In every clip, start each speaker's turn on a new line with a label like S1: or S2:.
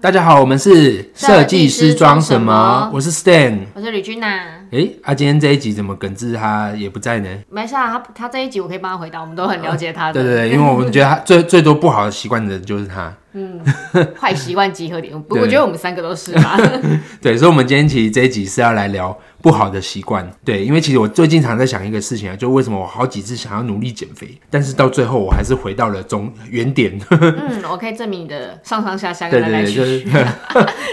S1: 大家好，我们是
S2: 设计师装什么
S1: 我是 Stan。
S2: 我是吕君娜，
S1: 诶，啊，今天这一集怎么耿志他也不在呢？
S2: 没事啊，他他这一集我可以帮他回答，我们都很了解他
S1: 对
S2: 的。
S1: 啊对对，因为我们觉得他 最最多不好的习惯的人就是他。
S2: 坏习惯集合点，不，
S1: 对
S2: 我觉得我们三个都是 吧。
S1: 对，所以，我们今天其实这一集是要来聊不好的习惯。对，因为其实我最近常在想一个事情啊，就为什么我好几次想要努力减肥，但是到最后我还是回到了终原点。
S2: 嗯，我可以证明你的上上下下
S1: 对
S2: 跟来
S1: 对
S2: 来
S1: 对，
S2: 去
S1: 就
S2: 去，
S1: 是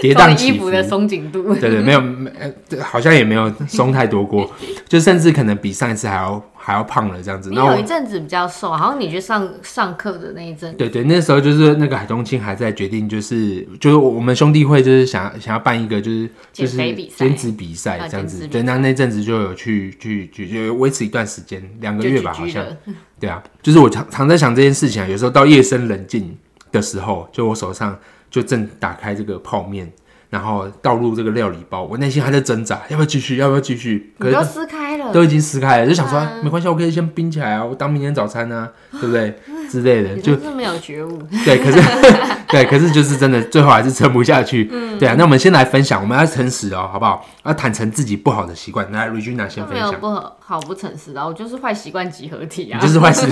S1: 跌
S2: 从
S1: 宕
S2: 你
S1: 起
S2: 衣
S1: 伏
S2: 服的松紧度。
S1: 对对，没有，没呃，对好像也没有松太多过，就甚至可能比上一次还要还要胖了这 样子。
S2: 你
S1: 那我
S2: 有一阵子比较瘦，好像你去上上课的那一阵，
S1: 对对，那时候就是那个海东青还在决定，就是就是我们兄弟会就是想想要办一个就是就
S2: 减
S1: 是
S2: 肥比赛
S1: 兼职比赛
S2: 啊
S1: 这样
S2: 兼
S1: 子。
S2: 职比
S1: 对，那那阵子就有去去去就维持一段时间，两个
S2: 就
S1: 月吧，好
S2: 居居
S1: 像。
S2: 了。
S1: 对啊，就是我常常在想这件事情啊，有时候到夜深人静的时候，就我手上就正打开这个泡面，然后倒入这个料理包，我内心还在挣扎，要不要继续，要不要继续？可
S2: 你都
S1: 是
S2: 撕开了，
S1: 都已经撕开了，就想说、
S2: 对啊
S1: 啊没关系，我可以先冰起来啊，我当明天早餐啊，对不 对？之类的，
S2: 你
S1: 就
S2: 真是没有觉悟。
S1: 对，可是 对，可是就是真的，最后还是撑不下去。
S2: 嗯
S1: 对啊，那我们先来分享，我们要诚实哦，好不好？要坦诚自己不好的习惯。来，Regina 先
S2: 都
S1: 分
S2: 没有
S1: 享，
S2: 不好好不诚实的啊，我就是坏习惯集合体
S1: 你
S2: 啊。
S1: 就是坏事。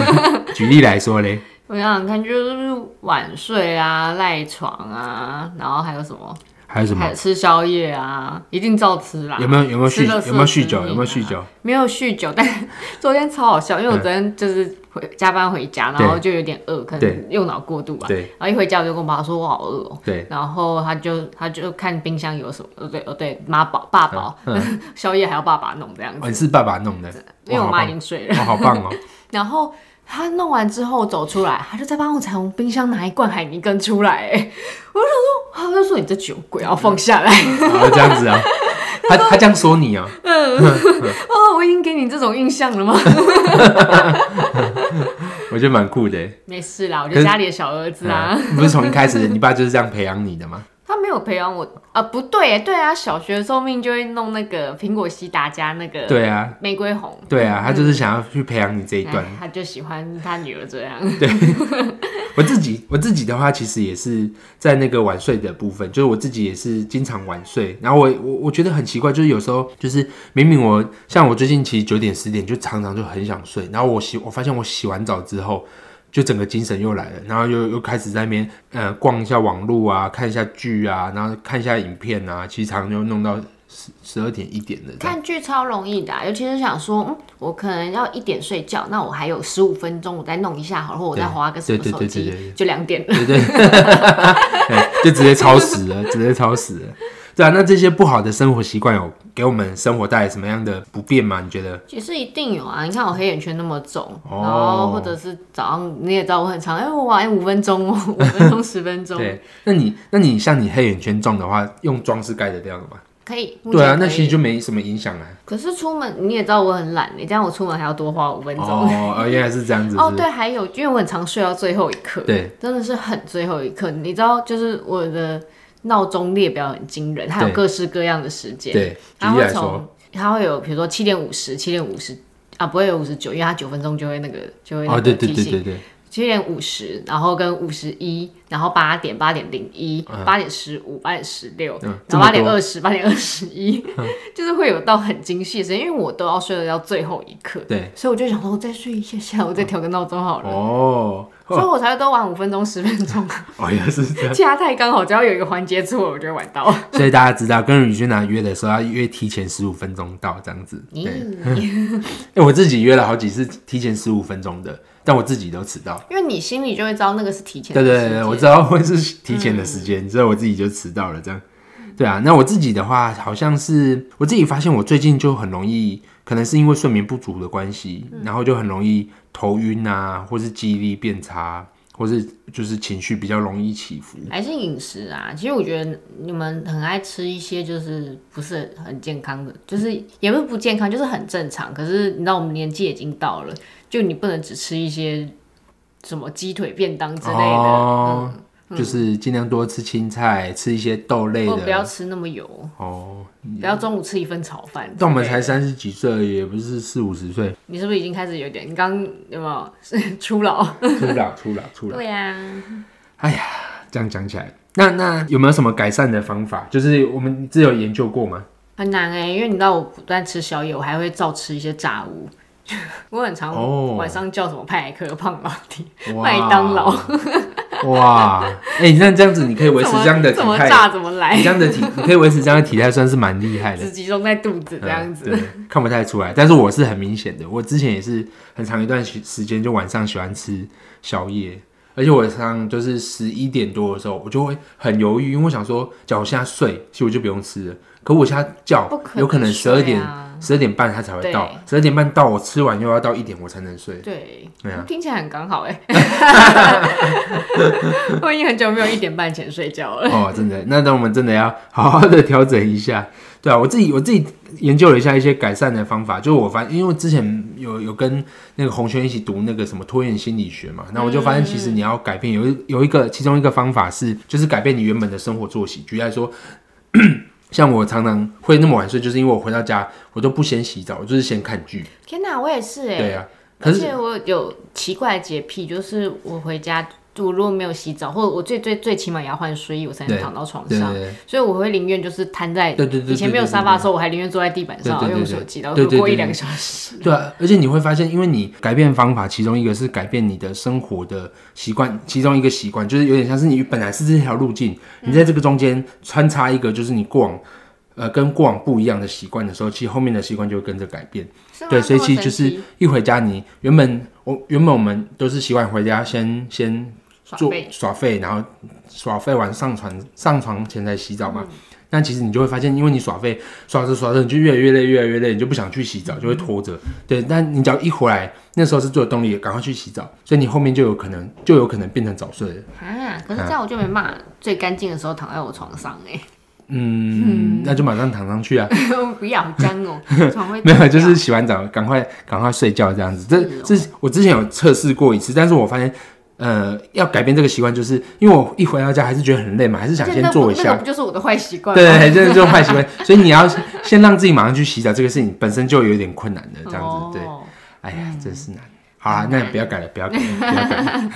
S1: 举例来说嘞，
S2: 我想想看，就是晚睡啊、赖床啊，然后还有什么？
S1: 还有什么
S2: 还？有吃宵夜啊，一定照吃啦。
S1: 有没有有没有酗
S2: 吃垃圾
S1: 有没有酗
S2: 之
S1: 酒
S2: 类的
S1: 有没有酗酒？
S2: 没有酗酒， 但昨天超好笑，因为我昨天就是回加班回家，
S1: 嗯对
S2: 然后就有点饿，可
S1: 对
S2: 能用脑过度吧。
S1: 对
S2: 然后一回家我就跟我爸说，我好饿哦、
S1: 对，
S2: 然后他就他就看冰箱有什么，哦对哦对，妈宝爸宝、
S1: 嗯
S2: 宵夜还要爸爸弄这样子，
S1: 哦你是爸爸弄的，
S2: 因为我
S1: 哇
S2: 妈已经睡了。
S1: 好棒哦，好棒哦，
S2: 然后他弄完之后走出来，他就在帮我从冰箱拿一罐海泥根出来，哎，我就想说，他啊就说你这酒
S1: 嗯
S2: 鬼，要放下来。
S1: 然后这样子啊，他他这样说你啊，
S2: 哦，我已经给你这种印象了吗？
S1: 我觉得蛮酷的。
S2: 没事啦，我
S1: 可
S2: 就是家里的小儿子啊。
S1: 嗯不是从一开始你爸就是这样培养你的吗？
S2: 他没有培养我啊，不对耶，对啊，小学的时候命就会弄那个苹果西达加那个
S1: 对啊，
S2: 玫瑰红，
S1: 对啊，他就是想要去培养你这一段
S2: 哎。他就喜欢他女儿这样。
S1: 我自己我自己的话，其实也是在那个晚睡的部分，就是我自己也是经常晚睡。然后我我我觉得很奇怪，就是有时候就是明明我像我最近其实九点十点就常常就很想睡，然后我洗我发现我洗完澡之后。就整个精神又来了，然后又又开始在那边呃逛一下网络啊，看一下剧啊，然后看一下影片啊，其实常常就弄到十十二点一点的这样。
S2: 看剧超容易的啊、尤其是想说，嗯，我可能要一点睡觉，那我还有十五分钟，我再弄一下好了，或我再
S1: 对
S2: 划个什么
S1: 对对
S2: 手
S1: 对对对
S2: 机，就两点了。
S1: 对对，对就直接超时了， 直接超时了。对啊，那这些不好的生活习惯有给我们生活带来什么样的不便吗？你觉得？
S2: 其实一定有啊，你看我黑眼圈那么重，
S1: 哦
S2: 然后或者是早上你也知道我很长，哎、我晚安五分钟哦， 五分钟十分钟，
S1: 对，那你那你像你黑眼圈重的话，用妆是盖得掉的吗？
S2: 可以。目前
S1: 对啊，
S2: 可
S1: 那
S2: 以
S1: 其实就没什么影响啊。
S2: 可是出门你也知道我很懒，你这样我出门还要多花五分钟。哦
S1: 哦，哦原来是这样子。是不是
S2: 对，还有因为我很常睡到最后一刻，
S1: 对，
S2: 真的是很最后一刻。你知道，就是我的闹钟列表很惊人，还有
S1: 对
S2: 各式各样的时间。
S1: 对，举
S2: 它
S1: 例
S2: 会
S1: 来说，
S2: 从它会有比如说七点五十、七点五十啊，不会有五十九，因为它九分钟就会那个就会那
S1: 哦，
S2: 个
S1: 对对
S2: 提
S1: 对
S2: 醒。
S1: 对对，
S2: 七点五十，然后跟五十一，然后八点、八点零一、八点十五、八点十六，
S1: 嗯这
S2: 然后
S1: 么
S2: 八
S1: 多嗯
S2: 点二十、八点二十一， 就是会有到很精细的时间，因为我都要睡到最后一刻，
S1: 对，
S2: 所以我就想说，我再睡一下下，我再调个闹钟好了，
S1: 哦，
S2: 所以我才会多玩五分钟、十分钟，
S1: 哦，原来是这样。
S2: 其他太刚好，只要有一个环节错了，我就会玩到。
S1: 所以大家知道，跟吕俊南约的时候要约提前十五分钟到这样子。对，
S2: 咦，
S1: 因为我自己约了好几次提前十五分钟的，但我自己都迟到。
S2: 因为你心里就会知道那个是提前的
S1: 对
S2: 时
S1: 对
S2: 间，嗯
S1: 对对，我知道会是提前的时间，所以我自己就迟到了这样。对啊，那我自己的话，好像是我自己发现，我最近就很容易，可能是因为睡眠不足的关系，
S2: 嗯
S1: 然后就很容易头晕啊，或是记忆力变差，或是就是情绪比较容易起伏。
S2: 还是饮食啊，其实我觉得你们很爱吃一些就是不是很健康的，就是也不是不健康，就是很正常。可是你知道我们年纪已经到了，就你不能只吃一些什么鸡腿便当之类的，嗯
S1: 哦，就是尽量多吃青菜，吃一些豆类
S2: 或不
S1: 的。
S2: 要吃那么油，
S1: 哦，
S2: 不要中午吃一份炒饭。
S1: 但我们才三十几岁，也不是四五十岁，
S2: 你是不是已经开始有点？你刚刚有没 有初老？
S1: 出不了，出不了，出不了。
S2: 对呀、啊，
S1: 这样讲起来，那那有没有什么改善的方法？就是我们自己有研究过 吗？
S2: 很难哎、因为你知道我不但吃宵夜，我还会照吃一些炸物。 我很常
S1: 哦
S2: 晚上叫什么派克、胖老弟、
S1: 哇
S2: 麦当劳，
S1: 哇，哎、那这样子你可以维持
S2: 怎么
S1: 这样的体
S2: 怎么
S1: 态，
S2: 炸怎么 来
S1: 你，这样的体，你可以维持这样的体态，算是蛮厉害的
S2: 只。集中在肚子这样子。
S1: 嗯对看不太出来。但是我是很明显的，我之前也是很长一段时时间就晚上喜欢吃宵夜，而且晚上就是十一点多的时候，我就会很犹豫，因为我想说，假如我现在睡，其实我就不用吃了。可我现在叫
S2: 不，可
S1: 有可能十二
S2: 睡
S1: 点
S2: 啊
S1: 十二点半它才会到
S2: 对，
S1: 十二点半到我吃完又要到一点我才能睡。
S2: 对，
S1: 对啊
S2: 听起来很刚好 哎、我已经很久没有一点半前睡觉了。
S1: 哦，真的，那那我们真的要好好的调整一下。 对啊，我自己我自己研究了一下一些改善的方法，就是我发现，因为之前有有跟那个洪轩一起读那个什么拖延心理学嘛，那我就发现其实你要改变有一有一个其中一个方法是，就是改变你原本的生活作息。举例来说。 像我常常会那么晚睡，就是因为我回到家，我都不先洗澡，我就是先看剧。
S2: 天哪，我也是哎、
S1: 对啊，可
S2: 而
S1: 是
S2: 且我有奇怪的洁癖，就是我回家。我如果没有洗澡，或者我最最最起码也要换睡衣，我才能
S1: 对
S2: 躺到床
S1: 对
S2: 上
S1: 对。对
S2: 所以我会宁愿就是瘫在
S1: 对对对对
S2: 以前没有沙发的时候，我还宁愿坐在地板上
S1: 对对对对
S2: 用手机，然后
S1: 对对对
S2: 过一
S1: 对
S2: 两个小时。
S1: 对啊，而且你会发现，因为你改变方法，其中一个是改变你的生活的习惯，其中一个习惯就是有点像是你本来是这条路径，你在这个中间穿插一个就是你过往呃跟过往不一样的习惯的时候，其实后面的习惯就会跟着改变。
S2: 是吗
S1: 对，所以
S2: 啊这么
S1: 其实就
S2: 神
S1: 是
S2: 奇
S1: 一回家你原本我原本我们都是习惯回家先先
S2: 耍
S1: 做
S2: 废
S1: 耍废，然后耍废完上床上床前才洗澡嘛。
S2: 嗯
S1: 那其实你就会发现，因为你耍废耍着耍着，你就越来越累，越来越累，你就不想去洗
S2: 嗯
S1: 澡，就会拖着。对，但你只要一回来，那时候是最有动力的，赶快去洗澡，所以你后面就有可能就有可能变成早睡了。
S2: 啊！可是这样我就没办法最干净的时候躺在我床上哎、
S1: 嗯，那就马上躺上去啊。
S2: 我 不要干 哦，床会哦
S1: 没有，
S2: 掉
S1: 就是洗完澡赶快赶快睡觉这样子。这这我之前有测试过一次，但是我发现，呃，要改变这个习惯，就是因为我一回到家还是觉得很累嘛，还是想
S2: 而且
S1: 先
S2: 那不
S1: 做一
S2: 那
S1: 下
S2: 个。不就是我的坏习惯吗？
S1: 对，这就是坏习 惯，所以你要先让自己马上去洗澡，这个事情本身就有点困难的，这样
S2: 哦
S1: 子。对，哎呀，真是难。好啦，那不要改了，不要改了，不要改了。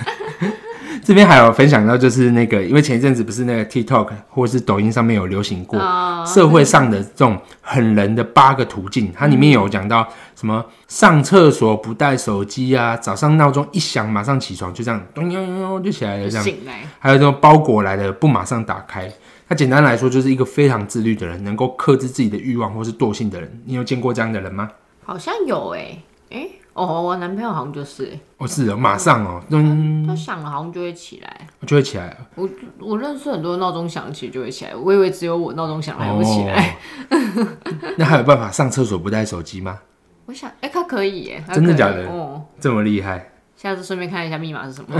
S1: 这边还有分享到，就是那个，因为前一阵子不是那个 TikTok 或是抖音上面有流行过，
S2: 啊，
S1: 社会上的这种狠人的八个途径，它里面有讲到什么上厕所不带手机啊，早上闹钟一响马上起床，就这样咚咚咚咚就起来了
S2: 就
S1: 这样。
S2: 醒来，
S1: 还有这种包裹来了不马上打开。那简单来说，就是一个非常自律的人，能够克制自己的欲望或是惰性的人。你有见过这样的人吗？
S2: 好像有哎、哎、哦，我男朋友好像就是、欸，
S1: 哦，是哦，马上哦，嗯，
S2: 他响了好像就会起来。
S1: 就会起来了。
S2: 我我认识很多闹钟响起就会起来，我以为只有我闹钟响了还不起来。
S1: 哦 那还有办法上厕所不带手机吗？
S2: 我想，哎、他可以耶、他
S1: 真的
S2: 可以
S1: 假的
S2: 哦，
S1: 这么厉害？
S2: 下次顺便看一下密码 是什么。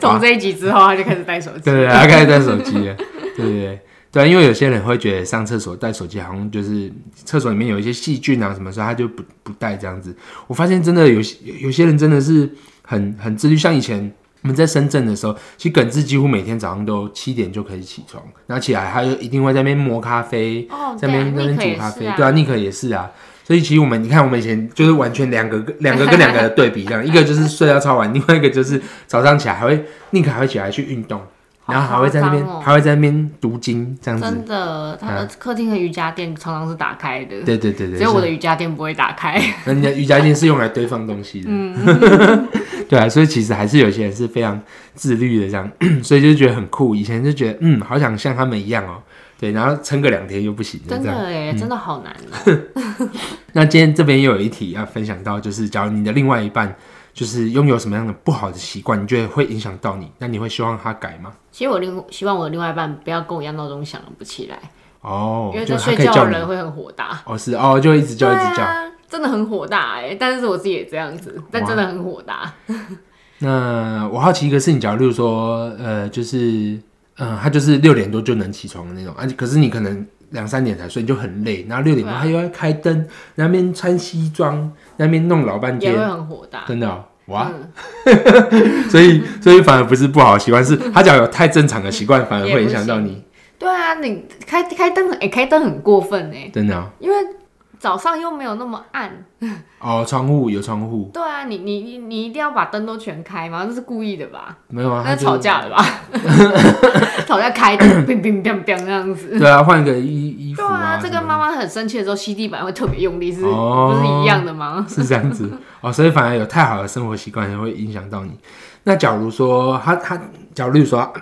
S2: 从这一集之后，他就开始带手机。
S1: 对对，他开始带手机了，对对对。对，啊因为有些人会觉得上厕所带手机，好像就是厕所里面有一些细菌啊什么，所以他就不不带这样子。我发现真的有些有有些人真的是很很自律，像以前我们在深圳的时候，其实耿志几乎每天早上都七点就可以起床，然后起来他就一定会在那边磨咖啡，
S2: 哦，
S1: 在
S2: 对
S1: 那
S2: 啊，
S1: 边那边
S2: Nick 也
S1: 煮咖啡
S2: 是，啊
S1: 对啊，Nick 也是啊。所以其实我们你看，我们以前就是完全两个跟两个跟两个的对比，这 样一个就是睡到超晚，另外一个就是早上起来还会 Nick 还会起来去运动，
S2: 好
S1: 然后还会在那边、
S2: 夸张哦
S1: 还会在那边读经这样子。啊
S2: 真的，他的客厅的瑜伽垫常常是打开的，
S1: 对对对对，
S2: 只有我
S1: 是
S2: 的瑜伽垫不会打开。
S1: 那你的瑜伽垫是用来堆放东西的。
S2: 嗯
S1: 对啊，所以其实还是有些人是非常自律的，这样， 所以就觉得很酷。以前就觉得嗯，好想像他们一样哦、对，然后撑个两天又不行了，这
S2: 真
S1: 样。嗯
S2: 的哎，真的好难啊！
S1: 那今天这边又有一题要分享到，就是假如你的另外一半就是拥有什么样的不好的习惯，你觉得会影响到你，那你会希望他改吗？
S2: 其实我另希望我的另外一半不要跟我一样闹钟响了不起来，
S1: 哦
S2: 因为，
S1: 就
S2: 在
S1: 是他
S2: 睡
S1: 可以
S2: 觉
S1: 叫
S2: 的
S1: 你
S2: 人，会很火大，
S1: 哦是哦，就会一直叫一直
S2: 对
S1: 叫。
S2: 啊，真的很火大哎。但是我自己也这样子，但真的很火大。
S1: 那我好奇一个事情，假如例如说，呃，就是，呃，他就是六点多就能起床的那种，而且可是你可能两三点才睡，你就很累，然后六点多
S2: 对啊
S1: 他又要开灯，那边穿西装，那边弄老半
S2: 也会
S1: 天，
S2: 很火大。
S1: 真的、哦、哇，
S2: 嗯
S1: 所以所以反而不是不好的习惯，是他假如有太正常的习
S2: 嗯
S1: 惯，反而会影响到你。
S2: 欸对啊，你开开灯，哎、开灯很过分哎、
S1: 真的、哦，
S2: 因为早上又没有那么暗，
S1: 哦，窗户有窗户，
S2: 对啊，你你你你一定要把灯都全开吗？这是故意的吧？
S1: 没有啊？
S2: 那
S1: 他
S2: 吵
S1: 就
S2: 架了吧？ 吵架开 灯， 乒乒乓乓这样子。
S1: 对啊，换个衣衣服
S2: 对啊，这
S1: 什
S2: 个
S1: 么
S2: 妈妈很生气的时候，吸地板会特别用力，是
S1: 哦
S2: 不是一样的吗？
S1: 是这样子哦，所以反而有太好的生活习惯也会影响到你。那假如说他他，假如说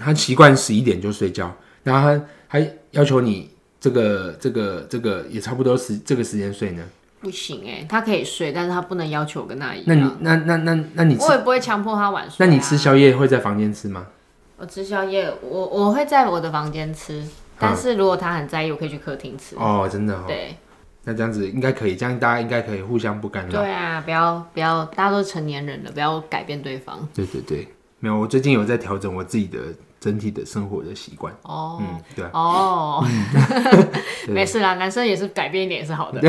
S1: 他 习惯十一点就睡觉，然后他他要求你这个这个这个也差不多时这个时间睡呢，
S2: 不行哎，他可以睡，但是他不能要求跟他一
S1: 那你
S2: 样。
S1: 那那那那你吃
S2: 我也不会强迫他晚睡、
S1: 那
S2: 啊。
S1: 你吃宵夜会在房间吃吗？
S2: 我吃宵夜，我我会在我的房间吃，但是如果他很在意，我可以去客厅吃。
S1: 哦，真嗯的哦，
S2: 对
S1: 那这样子应该可以，这样大家应该可以互相不干扰。
S2: 对啊，不要不要，大家都是成年人了，不要改变对方。
S1: 对对对，没有，我最近有在调整我自己的整体的生活的习惯。
S2: 哦、
S1: 嗯，对啊，
S2: 哦， 没事啦，男生也是改变一点也是好 的。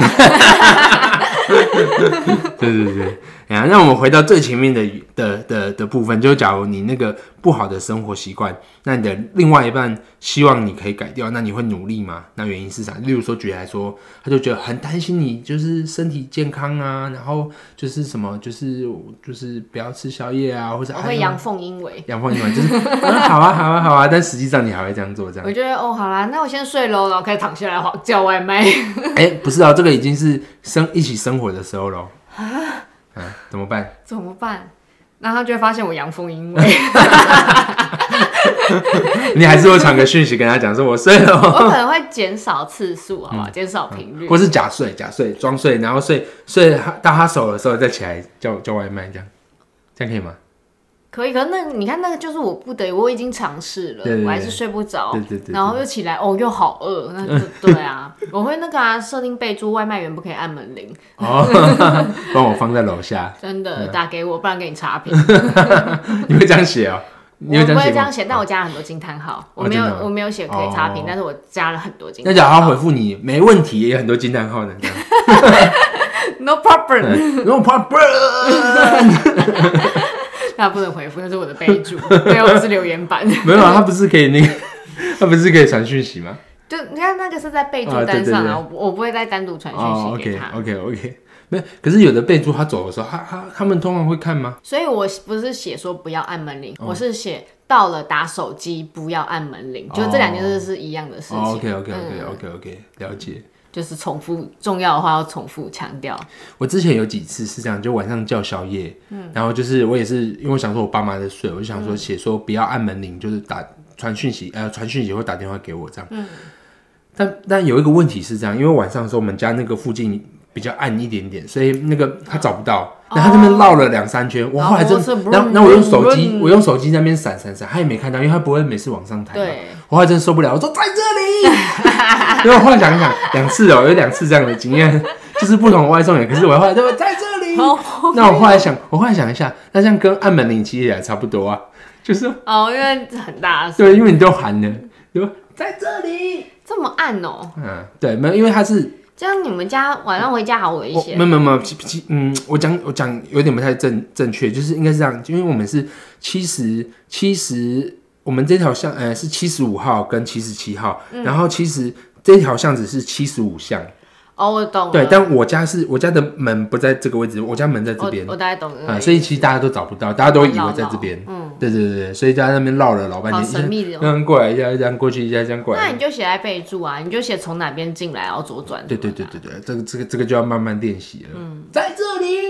S1: 对对对，哎呀，那我们回到最前面的的的的部分，就是假如你那个不好的生活习惯，那你的另外一半希望你可以改掉，那你会努力吗？那原因是啥？例如说，举例来说，他就觉得很担心你就是身体健康啊，然后就是什么，就是就是不要吃宵夜啊，或者
S2: 我
S1: 哎
S2: 会
S1: 呀
S2: 阳奉阴违。
S1: 阳奉阴违，就是、 啊、好啊好啊好啊，但实际上你还会这样做这样。
S2: 我觉得哦，好啦，那我先睡喽，然后开始躺下来划叫外卖。
S1: 哎、不是哦，这个已经是生一起生活的时候喽。啊，怎么办？
S2: 怎么办？然后他就会发现我阳奉阴违，
S1: 你还是会传个讯息跟他讲说，我睡了哦。
S2: 我 可能会减少次数，好不好？减少频率
S1: 嗯或。是假睡、假睡、装睡，然后睡睡到他熟的时候再起来叫叫外卖，这样这样可以吗？
S2: 可以，可是那你看那个就是我不得已，我已经尝试了，
S1: 对对对
S2: 我还是睡不着
S1: 对，对对
S2: 然后又起来，哦，又好饿，那就对啊，我会那个啊，设定备注外卖员不可以按门铃，
S1: 哦，帮我放在楼下，
S2: 真的打给我，不然给你差评。
S1: 你会这样写哦？
S2: 我
S1: 你会这
S2: 不
S1: 样
S2: 会
S1: 写
S2: 这
S1: 吗
S2: 样？写，但我加了很多惊叹号，我没有
S1: 真的吗
S2: 我没有写可以差评
S1: 哦，
S2: 但是我加了很多惊
S1: 那
S2: 叹
S1: 假如他
S2: 号
S1: 回复你没问题，也有很多惊叹号呢。这样
S2: ，No problem。
S1: 对然后我怕不
S2: 那不能回复，那是我的 备注，没有，不是留言板。
S1: 没有啊，他不是可以那个， 他不是可以传讯息吗？
S2: 就你看那个是在备注
S1: 啊对
S2: 单
S1: 对
S2: 上
S1: 对
S2: 啊，我不我不会再单独传
S1: 哦
S2: 讯息给
S1: ，OK
S2: 他，
S1: OK OK，没有，可是有的备注他走的时候，他他他们通常会看吗？
S2: 所以我不是写说不要按门铃，
S1: 嗯
S2: 我是写到了打手机不要按门铃，就这两件事是一样的事情。
S1: 哦，OK OK OK
S2: 嗯
S1: OK OK，了解。
S2: 就是重复重要的话要重复强调。
S1: 我之前有几次是这样，就晚上叫宵夜，
S2: 嗯
S1: 然后就是我也是因为我想说我爸妈在睡，我就想说写说不要按门铃，就是打传讯息，呃，传讯息或打电话给我这样。
S2: 嗯
S1: 但但有一个问题是这样，因为晚上的时候我们家那个附近比较暗一点点，所以那个他找不到，那、他那边绕了两三圈，我后来真
S2: 哦然后是，
S1: 然后然后我用手机
S2: 嗡，
S1: 我用手机在那边闪闪闪，他也没看到，因为他不会每次往上抬嘛。
S2: 对，
S1: 我还真受不了，我说在这 里。因为我后来想一想，两次哦、有两次这样的经验，就是不同的外送员，可是我后来就说在这里。那我后来想，我后来想一下，那这样跟按门铃其实也差不多啊，就是
S2: 哦，因为很大声，
S1: 对，因为你都喊了，就在这里。
S2: 这么暗哦。
S1: 嗯，对，没有，因为他是
S2: 这样你们家晚上回家好危
S1: 我
S2: 险
S1: 没有没有没有，其其嗯，我讲我讲有点不太正正确，就是应该是这样，因为我们是七十七十，我们这条巷呃是七十五号跟七十七号，然后其实这条巷子是七十五巷，
S2: 哦。我懂了，
S1: 对，但我家是我家的门不在这个位置，我家门在这
S2: 我
S1: 边
S2: 我大概懂
S1: 啊、
S2: 了。
S1: 所以其实大家都找不到，大家都以为在这边。
S2: 嗯，
S1: 对对对对，所以大家在那边绕了老半
S2: 好
S1: 天，一
S2: 神
S1: 下
S2: 秘的哦
S1: 这样过来一下，这样过去一下，这样过来一下
S2: 那你就写在备注啊，你就写从哪边进来，然后左转。
S1: 对对对对对，这个这个这个就要慢慢练习了。嗯，在这里。嗯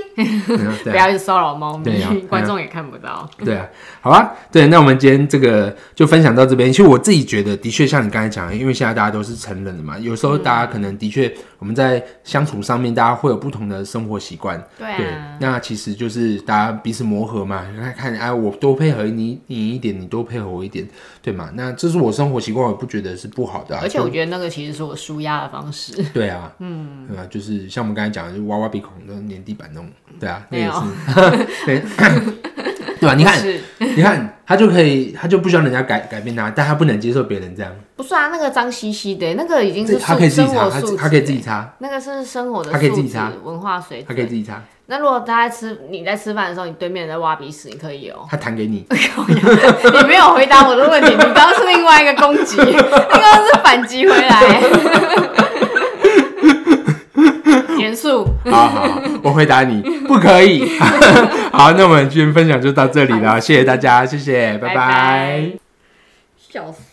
S1: 对
S2: 不要一直骚扰猫咪
S1: 对 啊对，啊
S2: 观众也看不到。
S1: 对啊，好啊，对，那我们今天这个就分享到这边。其实我自己觉得，的确像你刚才讲的，因为现在大家都是成人了嘛，有时候大家可能的确我们在相处上面，大家会有不同的生活习惯。
S2: 对
S1: 对
S2: 啊，，
S1: 那其实就是大家彼此磨合嘛，看看哎，我多配合你你一点，你多配合我一点，对嘛？那这是我生活习惯，我不觉得是不好的、啊。
S2: 而且我觉得那个其实是我舒压的方式。
S1: 对啊，嗯，对啊，就是像我们刚才讲的，就是挖挖鼻孔、那粘地板那种，对啊，那
S2: 没
S1: 也
S2: 有
S1: 是， 对， 对啊吧？你 看
S2: 不，是
S1: 你看，他就可以，他就不需要人家改改变他，但他不能接受别人这样，
S2: 不是啊？那个脏兮兮的，那个已经是
S1: 这他可以自己
S2: 生
S1: 擦，
S2: 活
S1: 他
S2: 素质，欸
S1: 他可以自己擦，
S2: 那个是生活的
S1: 他可以自己
S2: 素质
S1: 擦、
S2: 文化水
S1: 他可以
S2: 准。
S1: 自己擦，
S2: 那如果大家吃你在吃饭的时候，你对面在挖鼻屎，你可以 哦。
S1: 他弹给 你，
S2: 你没有回答我的问题，你刚刚是另外一个攻击，那个是反击回来。 严肃，
S1: 好好，好我回答你，不可以。 好，那我们今天分享就到这里了，谢谢大家，谢谢，拜拜
S2: 笑死。